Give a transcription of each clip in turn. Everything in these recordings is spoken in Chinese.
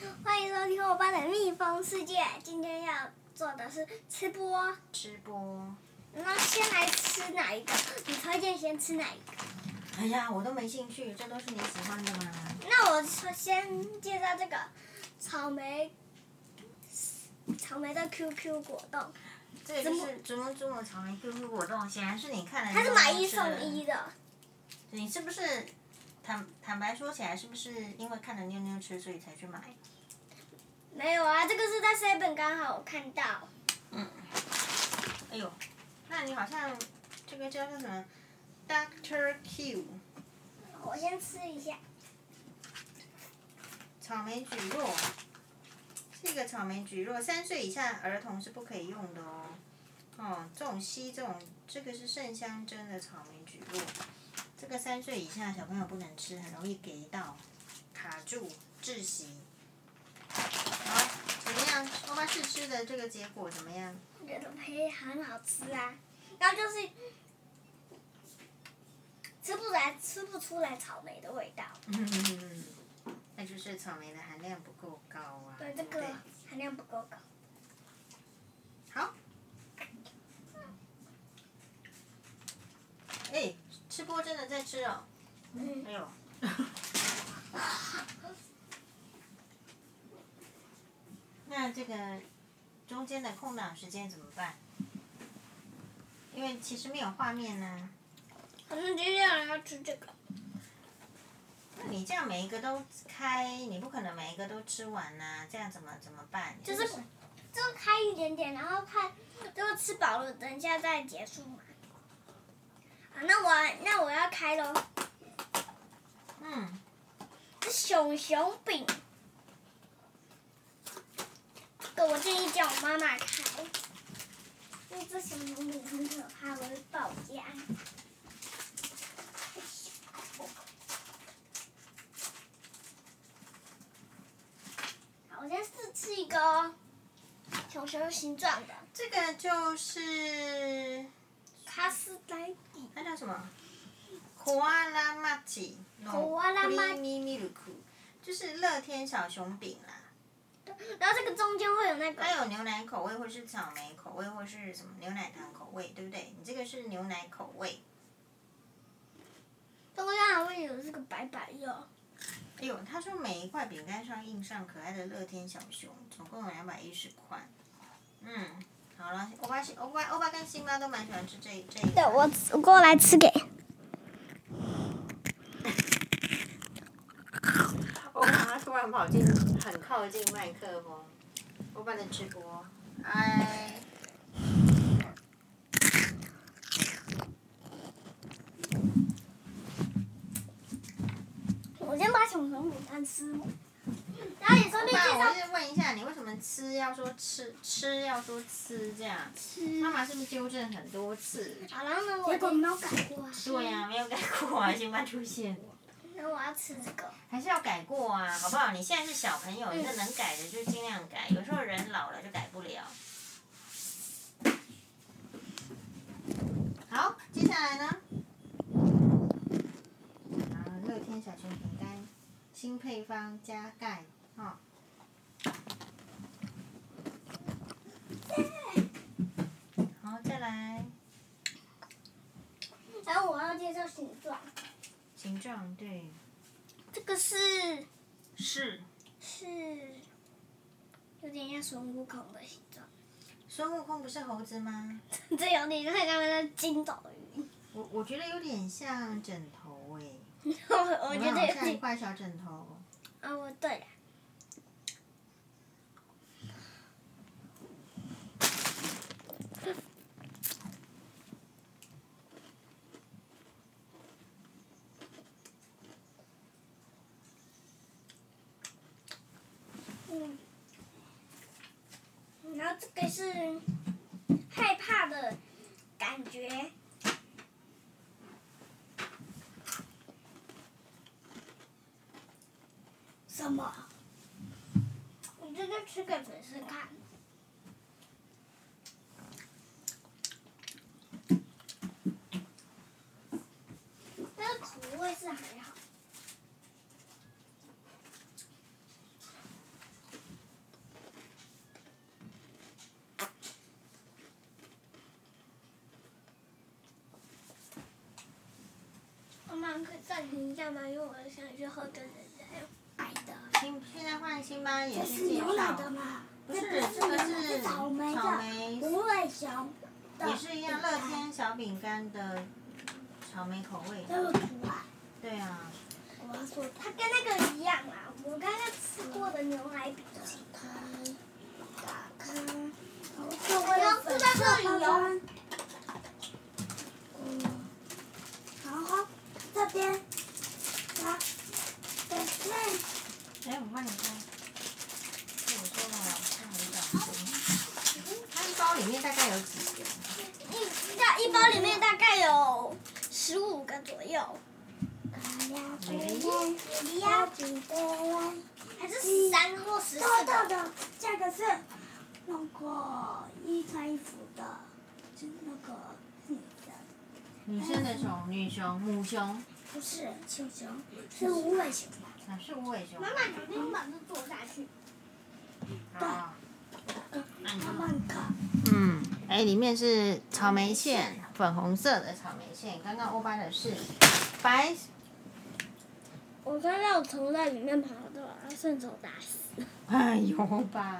收听我爸的蜜蜂世界。今天要做的是吃播，吃播。那先来吃哪一个？你推荐先吃哪一个？哎呀，我都没兴趣，这都是你喜欢的吗？那我先介绍这个草莓，草莓的 QQ 果冻，这个就是祖母祖母草莓 QQ 果冻，显然是你看了。它是买一送一。的。你是不是坦坦白说起来，是不是因为看了妞妞吃，所以才去买？没有啊，这个是在 seven 刚好我看到。嗯。哎呦，那你好像这个叫做什么？Doctor Q 我先吃一下，草莓蒟蒻，是一个草莓蒟蒻，三岁以下儿童是不可以用的哦。哦，这种吸这种，这个是圣香珍的草莓蒟蒻，这个三岁以下小朋友不能吃，很容易给到卡住窒息。好，怎么样？欧巴试吃的这个结果怎么样？ 我觉得呸很好吃啊，然后就是吃不来吃不出来草莓的味道。嗯，那就是草莓的含量不够高啊。对，这不个含量不够高。好。哎，吃播真的在吃哦。嗯 哎呦，那这个中间的空档时间怎么办？因为其实没有画面呢、我们接下来要吃这个，那你这样每一个都开，你不可能每一个都吃完呐、这样怎么怎么办？就是不就开一点点，然后看，就吃饱了，等一下再结束嘛。好，那我那我要开喽，嗯，这熊熊饼，这个我建议叫我妈妈开，因为这熊熊饼很可怕，我会啊爆炸。好，我先试吃一个哦，熊熊形状的这个就是卡斯莱比，那叫什么？库阿拉玛奇，コアラマチ咪咪鲁库，就是乐天小熊饼啦。然后这个中间会有那个它有牛奶口味，或是草莓口味，或是什么牛奶糖口味，对不对？你这个是牛奶口味。中间还会有这个白白的，哎呦，他说每一块饼干上印上可爱的乐天小熊，总共有两百一十块。嗯，好了，欧巴是欧巴欧巴跟辛巴都蛮喜欢吃这一这一对款。我我过来吃给。我把它突然跑进，很靠近麦克风，我把它直播。哎。我先把熊熊饼干吃完，然后你顺那便介我绍是问一下，你为什么吃要说吃，吃要说吃这样？妈吃。妈是不是纠正很多次？好，然后呢，我结果没有改过。对呀、没有改过啊，辛巴出现，那我要吃这个。还是要改过啊，好不好？你现在是小朋友，你这能改的就尽量改，有时候人老了就改不了。好，接下来呢？啊，乐天小熊饼干，新配方加钙，哦。好，再来然后我要介绍形状，形状，对，这个是是是有点像孙悟空的形状，孙悟空不是猴子吗？这有点像他们的筋斗云。我我觉得有点像枕头哎、我 我觉得好有像一点块小枕头。啊，我对了，嗯，然后这个是害怕的感觉，什么？你这个吃给粉丝看。那个口味是还好，刚可以暂停一下吗？因为我想去喝个奶奶的。新现在换新巴也这是是介牛奶绍，的吗？不是这个是草莓的嗯草莓无尾熊的，也是一样乐天小饼干的草莓口味这的。个图案，对啊，我要做它跟那个一样啊，我刚刚吃过的牛奶比较香。开，打开，这我然后要附在这里哦。嗯，然后这边，啊，对对。哎，我帮你看。这我说了，这很早吃。啊嗯它一包里面大概有几个？一大一包里面大概有十五个左右，还是十三或十四豆豆个？的这个是弄过一穿衣服的，就是那个女的，女生的熊，女熊、母熊，不是熊熊，是无尾熊吧？哪啊是无尾熊？你不用把这坐下去。啊。慢慢搞，嗯，哎，里面是草莓馅，粉红色的草莓馅。刚刚欧巴的是白，我看到虫在里面跑的，然后顺手打死。哎呦欧巴，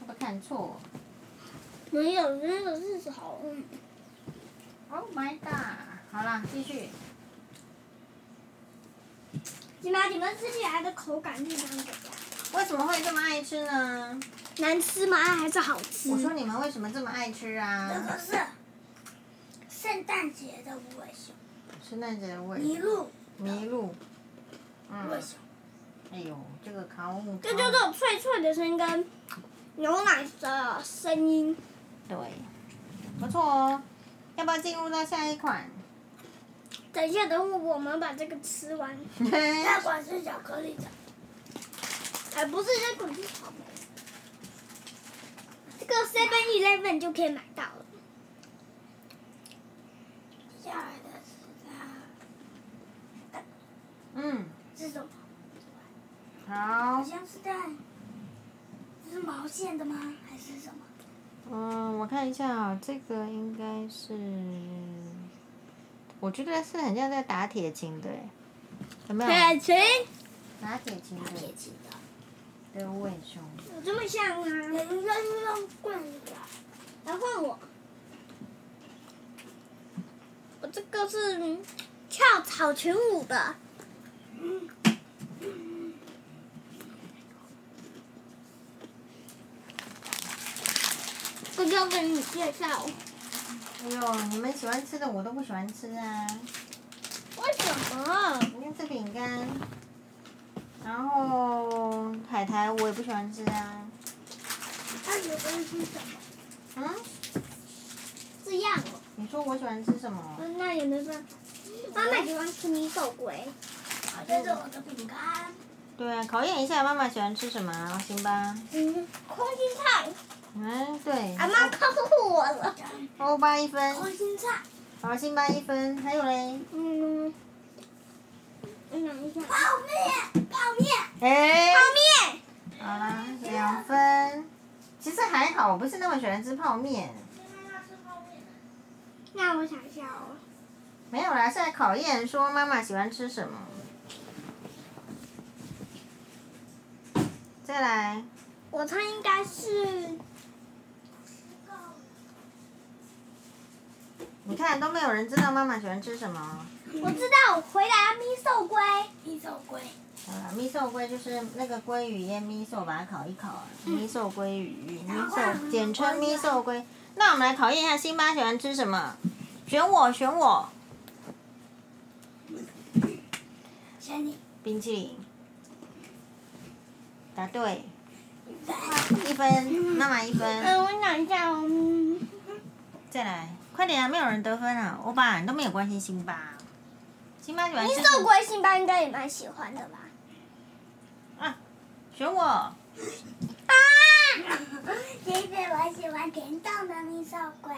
会不会看错没有，那个是虫。 ？Oh my god！好啦，继续。你把你们吃起来的口感地方给它。为什么会这么爱吃呢？难吃吗？还是好吃？我说你们为什么这么爱吃这啊个？是圣诞节的无尾熊，圣诞节的味。麋鹿麋鹿。无嗯尾。熊，哎呦，这个烤母。这就是有脆脆的声音跟牛奶的声音。对，不错哦。要不要进入到下一款？等一下，等会我们把这个吃完。那款是巧克力的，哎，不是，这个是草莓。这个 Seven Eleven 就可以买到了。下来的是它嗯，是什么？好好。像是在，这是毛线的吗？还是什么？嗯，我看一下啊、这个应该是，我觉得是很像在打铁琴的耶，有没有？请，打铁琴的琴的，的尾熊，有这么像吗？人家是用棍子的，来啊换我。我这个是跳草裙舞的，我要跟你介绍哎呦，你们喜欢吃的我都不喜欢吃啊，为什么？你看这饼干，然后海苔我也不喜欢吃啊，它有的是什嗯，么？这样哦，你说我喜欢吃什么？那也没办法。妈妈喜欢吃米狗龟，啊，这是我的饼干，对啊，考验一下妈妈喜欢吃什么啊，行吧？嗯，空心菜，嗯，对，阿妈告诉我了。欧巴一分，空心菜，好，辛巴一分，还有嘞。嗯，等一下，泡面，泡面，哎、泡面。好啦，啊两分。其实还好，我不是那么喜欢吃泡面。那我想一下哦，没有啦，是来考验说妈妈喜欢吃什么。再来，我猜应该是你看都没有人知道妈妈喜欢吃什么。我知道，回答咪寿龟。一手龟，好啦，咪呃寿龟就是那个鲑鱼腌咪寿，把它烤一烤啊。咪寿鲑鱼，咪寿简称咪寿龟。那我们来考验一下辛巴喜欢吃什么？选我，选我，选你，冰淇淋。答对。对，一分，妈妈一分，嗯，我想一下哦，嗯再来，快点啊！没有人得分啊，欧巴你都没有关心辛巴，辛巴喜欢咪吃寿龟辛巴应该也蛮喜欢的吧？选我，啊！其实我喜欢甜冻的蜜寿龟，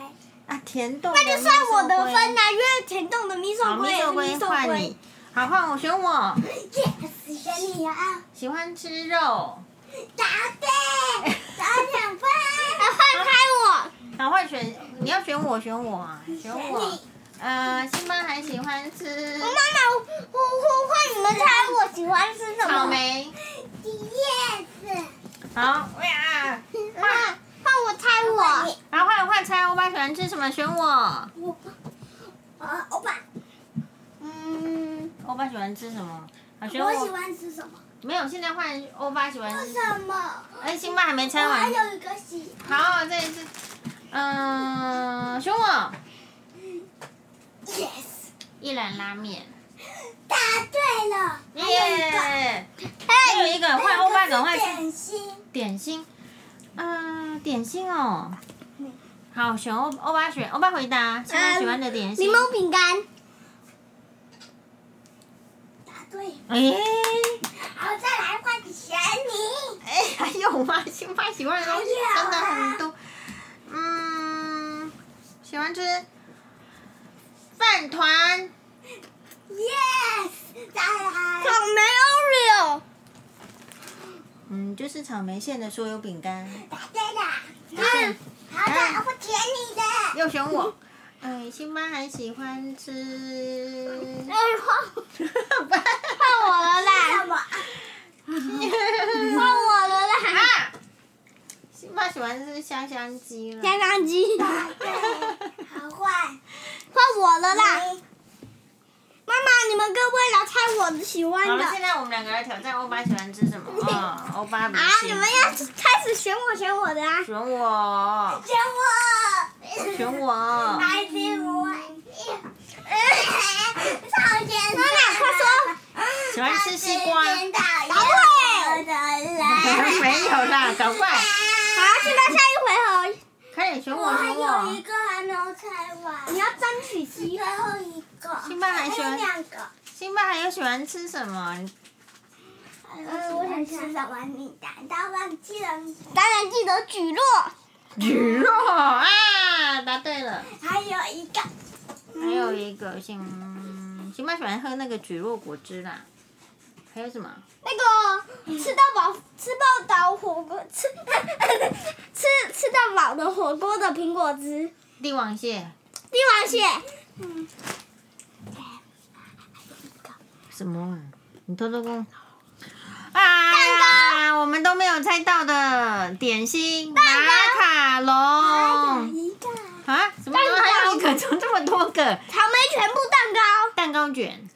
啊，甜豆那就算我得分啦，因为甜冻的咪寿好，龟蜜也是咪寿豆龟换龟你。，好换我选我， yes，选你啊，喜欢吃肉，答对，打两分，来换开我，好换选，你要选我选我啊，选我，呃，辛巴还喜欢吃妈妈，我我我换你们猜，我喜欢吃什么？草。莓。叶子。好，哇！妈，换我猜我。然后换换猜，欧巴喜欢吃什么？选我。我，啊，欧巴，嗯，欧巴喜欢吃什么？好，选我喜我。欢吃什么？没有，现在换欧巴喜欢为吃。什么？哎，辛巴还没我猜完。还有一个喜好，这一次，嗯、选我。 ，yes，一兰拉面。答对了。还有一个，耶！还有一个换欧巴，赶快哎还有一个是吃点心。点心。嗯、点心哦。好，选欧欧巴选欧巴回答，现在喜欢的点嗯心。柠檬饼干。答对了。哎、好，再来换选你。哎，还有吗？星巴喜欢的东西真的很多。嗯，喜欢吃饭团。 Yes，再来。草莓 Oreo。嗯，就是草莓馅的酥油饼干。答对了。嗯，好的，我舔你的。又选我。哎，星巴还喜欢吃。 哎，换换我了啦！什么？换我了啦！啊！星巴喜欢吃香香鸡了。香香鸡，答对。好哎换。换我了啦！你妈妈，你们各位来猜我喜欢好的了，现在我们两个来挑战欧巴喜欢吃什么啊？欧巴比啊！心你们要开始选我选我的啊！选我，选我。选我。 还是我。超简单。妈妈，快说！喜欢吃西瓜。答对对没有啦，赶快，好，现在下一回合，快点选我我还选有 一我。个还没有猜完，你要争取机最会。后一个，辛巴还喜嗯欢还有两个。辛巴还有喜欢吃什么？ 嗯，我想吃什么？你难道忘记了？当然记得举落。鱼肉啊，答对了。还有一个，还有一个辛辛巴喜欢喝那个菊络果汁啦。还有什么？那个吃到饱，吃到饱火锅，吃 吃吃到饱的火锅的苹果汁，帝王蟹？帝王蟹，什么啊？你偷偷跟我。啊！我们都没有猜到的点心，马卡还有龙一个，啊？什么？还有一个，怎么这么多个？草莓全部蛋糕，蛋糕卷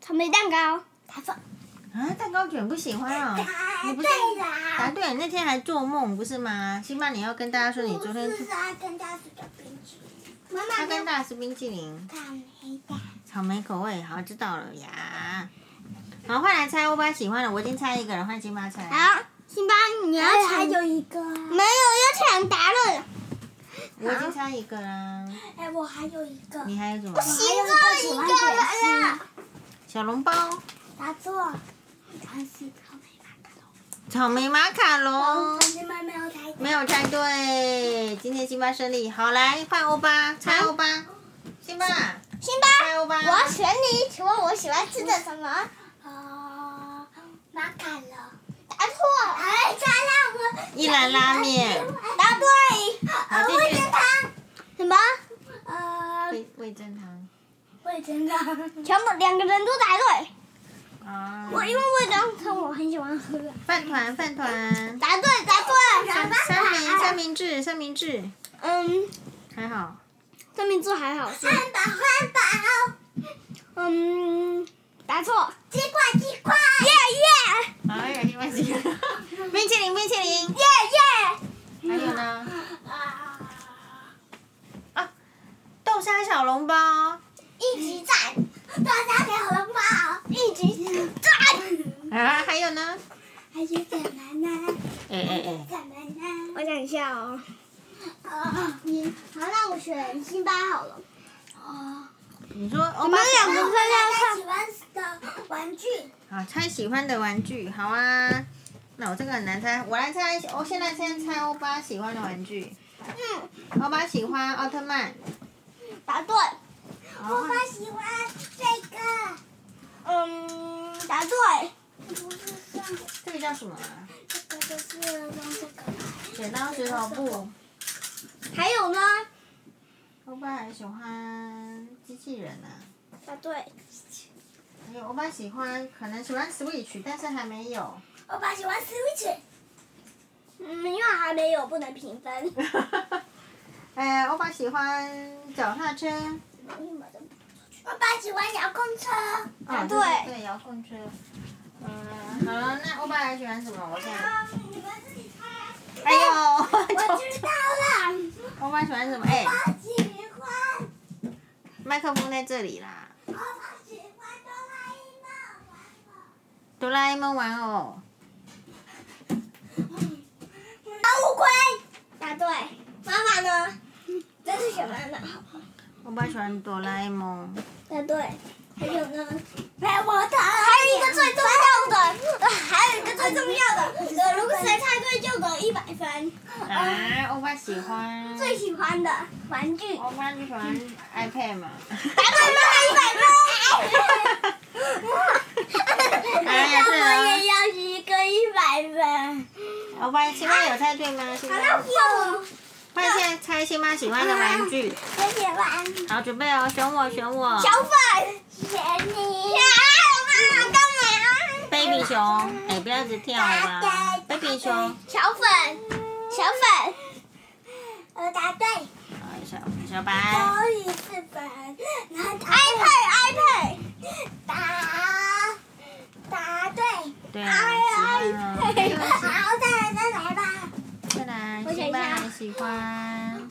草莓蛋糕。他说啊？蛋糕卷不喜欢啊、答你不对是答了。对了，那天还做梦不是吗？辛巴，你要跟大家说你昨天不是啊他跟他是个冰淇淋，妈他妈跟呢，大吃冰淇淋，他没答。草莓口味，好知道了呀。好，换来猜欧巴喜欢的，我已经猜一个了，换辛巴猜。好，辛巴，你要哎抢，没还有有一个，要抢答了。我已经猜一个啦，哎，我还有一个，你还有什么？还有一个喜欢点心，小笼包、答错，尝试草莓马卡龙。草莓马卡龙同，学们没有猜到。没有猜对，今天辛巴胜利。好，来换欧巴，猜欧巴，辛巴，猜辛巴，欧巴。我要选你，请问我喜欢吃的什么？啊，马卡龙。答错，哎，再让我。一兰拉面答对，呃，味噌汤。什么？呃，味味噌汤味 噌汤。全部两个人都答对。啊，我因为味噌汤我很喜欢喝。饭团饭团。答对，答对。三三明三明治，三明治嗯，还好。三明治还好吃。汉堡，汉堡。嗯，答错。鸡块，鸡块。耶耶哎呀，另外几个 冰淇淋，冰淇淋。耶还有呢？啊，豆沙小笼包。一起赞，大家给红包。耶！一起赞。啊，还有呢？还有什么呢？哎哎哎，什么呢？我想一下哦。啊，嗯，好，那我选辛巴好了。哦。你说我欧巴们喜两欢个分啊大家量喜欢的玩具，好猜喜欢的玩具，好啊。那我这个很难猜，我来猜。我、现在先猜欧巴喜欢的玩具。看。嗯，欧巴喜欢奥特曼。答对。好我爸喜欢这个。嗯，答对。不是像这个叫什么、啊？这个，就是用这个。剪刀石头布。还有呢？欧欧巴很喜欢机器人啊，答对。还有欧巴喜欢可能喜欢 Switch，但是还没 有。我爸喜欢 Switch，嗯，因为还没有，不能评分。哎，欧巴喜欢脚踏车。我爸喜欢遥控车，啊，啊对对，遥控车。嗯，好了，那欧巴还喜欢什么？我想。你们自己猜啊。哎我呦，知道啦，欧巴喜欢什么？哎，哦我喜欢，麦克风在这里啦。我爸喜欢哆啦 A 梦哆玩偶。啦 A 梦玩偶。小乌龟。Dạ 答对。妈妈呢？这是什么呢？欧巴喜欢哆啦 A 梦。Dạ 答对。还有呢？陪我的，还有一个最重要的，还有一个最重要的，如果谁猜对就得一百分。啊，欧巴喜欢。最喜欢的玩具。欧巴就喜欢 iPad 嘛。答对，妈妈一百分。哎呀对啊我也要一个一百分。欧巴，辛巴有猜对吗？辛那巴，我快现在猜辛巴喜欢的玩具。我喜欢好，准备哦，选我，选我。小粉。甜你。妈妈干嘛？ baby 熊，哎，不要一直跳啦。baby 熊，小粉，小粉，我答对，哎小小白，我也是本，然后答对 iPad，iPad，答答对，对啊，喜欢哦。好，再来再来吧。再来，我想辛一巴下还喜欢。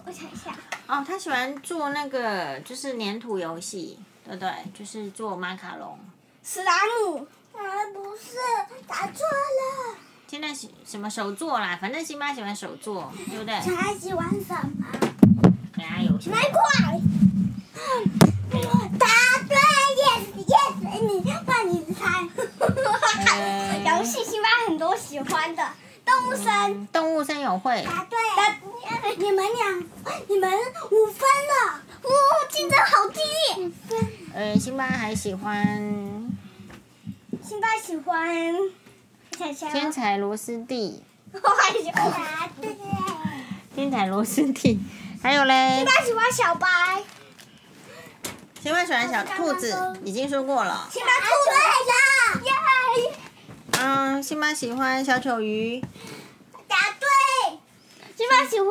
我想一下，哦，他喜欢做那个就是粘土游戏，对不对？就是做马卡龙。史莱姆，啊，不是，答错了。现在喜什么手作啦，反正辛巴喜欢手作，对 不对？他喜欢什么？哎游戏。玫瑰。答对，yes yes，你换你猜。游戏星巴很多喜欢的，动物森，嗯动物森友会。答对，你们两，你们五分了，呜、竞争好激烈。呃，辛巴还喜欢星巴喜欢，我想一下哦，天才螺丝蒂，我还喜欢，答对。天才螺丝蒂。还有星，嘞巴喜欢小白，辛巴喜欢小兔子，已经说过了。星答巴兔对了，子，耶，嗯，辛巴喜欢小丑鱼，答对。星巴喜欢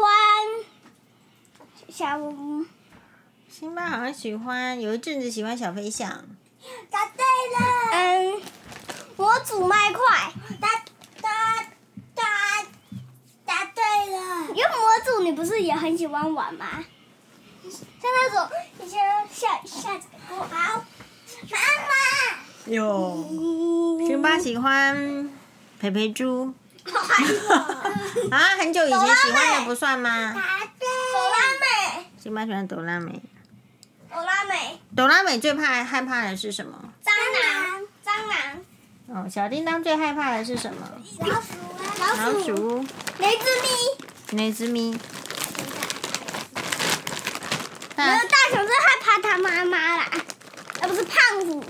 小辛巴好像喜欢有一阵子喜欢小飞象，答对了，嗯，我煮麦块，答答答答对了，因为模组你不是也很喜欢玩吗？像那种以前下下载过，好，妈妈，有。辛巴喜欢培培猪啊，很久以前喜欢的不算吗？答对，朵拉美，辛巴喜欢哆啦美，朵拉美，哆啦美最怕害怕的是什么？蟑螂，蟑螂，哦，小叮当最害怕的是什么？老鼠啊，老鼠、雷之咪，那只咪。然大后大熊最害怕他妈妈啦，啊不是胖虎，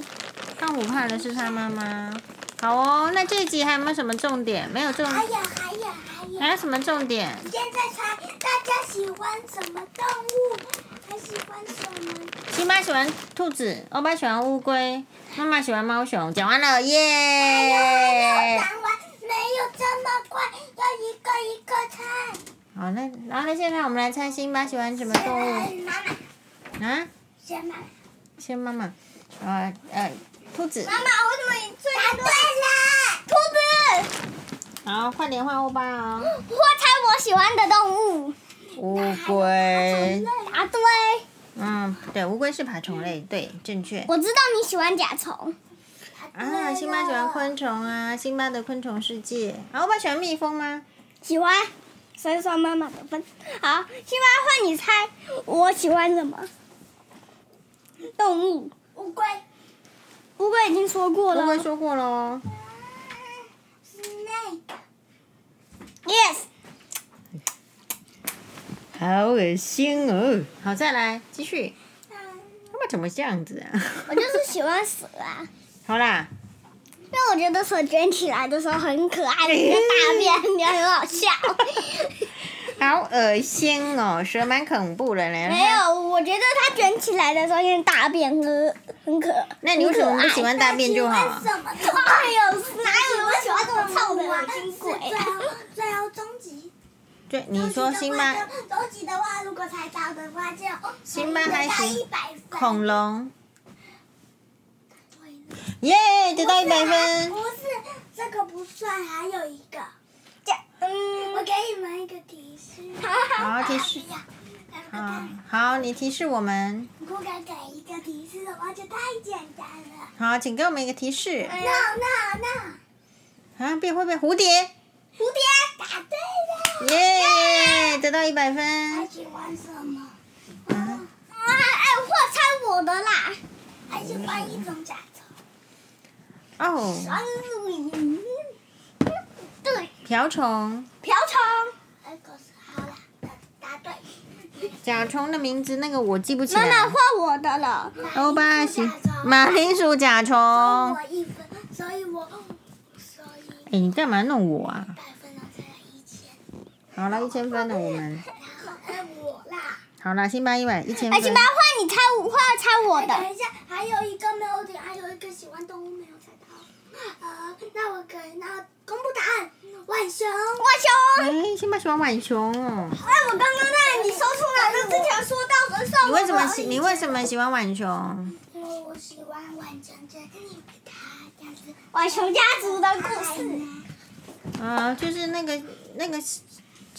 胖虎怕的是他妈妈。好哦，那这一集还有没有什么重点？没有重，还有还有还有还。有什么重点？现在猜大家喜欢什么动物，还喜欢什么？辛巴喜欢兔子，欧巴喜欢乌龟，妈妈喜欢猫熊。讲完了，耶、没有讲完，没有这么快，要一个一个猜。好，那然后呢？现在我们来猜辛巴喜欢什么动物妈妈，啊？先妈妈，先妈妈，呃呃，兔子。妈妈为什么你最答对了，兔子？好，快点换欧巴哦。我猜我喜欢的动物，乌龟，答对，嗯，对，乌龟是爬虫类，对，正确。我知道你喜欢甲虫，啊，辛巴喜欢昆虫啊，辛巴的昆虫世界。啊，欧巴喜欢蜜蜂吗？喜欢，所以算妈妈的分。好，辛巴换你猜，我喜欢什么？动物，乌龟，乌龟已经说过乌了。龟说过喽。是那个 Yes，好恶心哦！好，再来继续。欧巴怎么这样 子啊？我就是喜欢蛇啊，好啦，因为我觉 得蛇卷起来的时候很可爱，里面大便也很好笑。好恶心哦，蛇蛮恐怖的嘞。没有，我觉得它卷起来的时候像大便，很很可。那你为什么不喜欢 大便就那好啊请？问什么？哎呦，哪有我喜欢这种臭臭的啊恶心鬼？最后最后终极。对， 你说终极辛的巴话就，终极的话，如果猜到的话就辛巴还得到行一百分。恐龙，对耶，得到一百分不。是，这个不算，还有一个，这我嗯，给你们一个提示。好提示啊哎呀。好，好，你提示我们。如果敢给一个提示的话，就太简单了。好，请给我们一个提示。那那那，啊，变会不会蝴蝶？蝴蝶答对了。耶，得到一百分还。喜欢什么？嗯，啊哎，我猜我的啦。还喜欢一种甲虫。哦，嗯，对，瓢虫，瓢虫。哎，可是好了，答答对。甲虫的名字那个我记不起妈妈来换。我的了。欧巴喜喜，马铃薯甲虫。哦我一分，所以我，所以哎，你干嘛弄我啊？百分了才一千，好了，一千分了，我们。然后哎我啦。好了，辛巴一百一千哎，分。辛巴换你猜我，换猜我哎等的。一下，还有一个没有点，还有一个喜欢动物没有猜到。呃，那我给那公布答案，浣熊。浣熊。哎，辛巴喜欢浣熊哦。哎，我刚刚那你说出来的之前说到和上你为什么喜？你为什么喜欢浣熊？因为我喜欢浣熊，这它这样子。浣熊家族的故爱事。呢啊，就是那个那个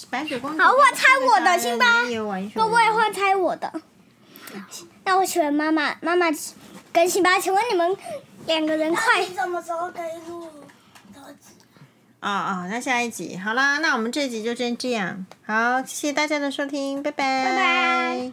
白雪公主。好我猜我的辛巴也有浣熊。各位会猜我的。那我请问妈妈，妈妈跟辛巴，请问你们两个人那快你什么时候可以录投资？哦哦，那下一集好啦，那我们这集就先这样。好，谢谢大家的收听，拜拜。拜拜。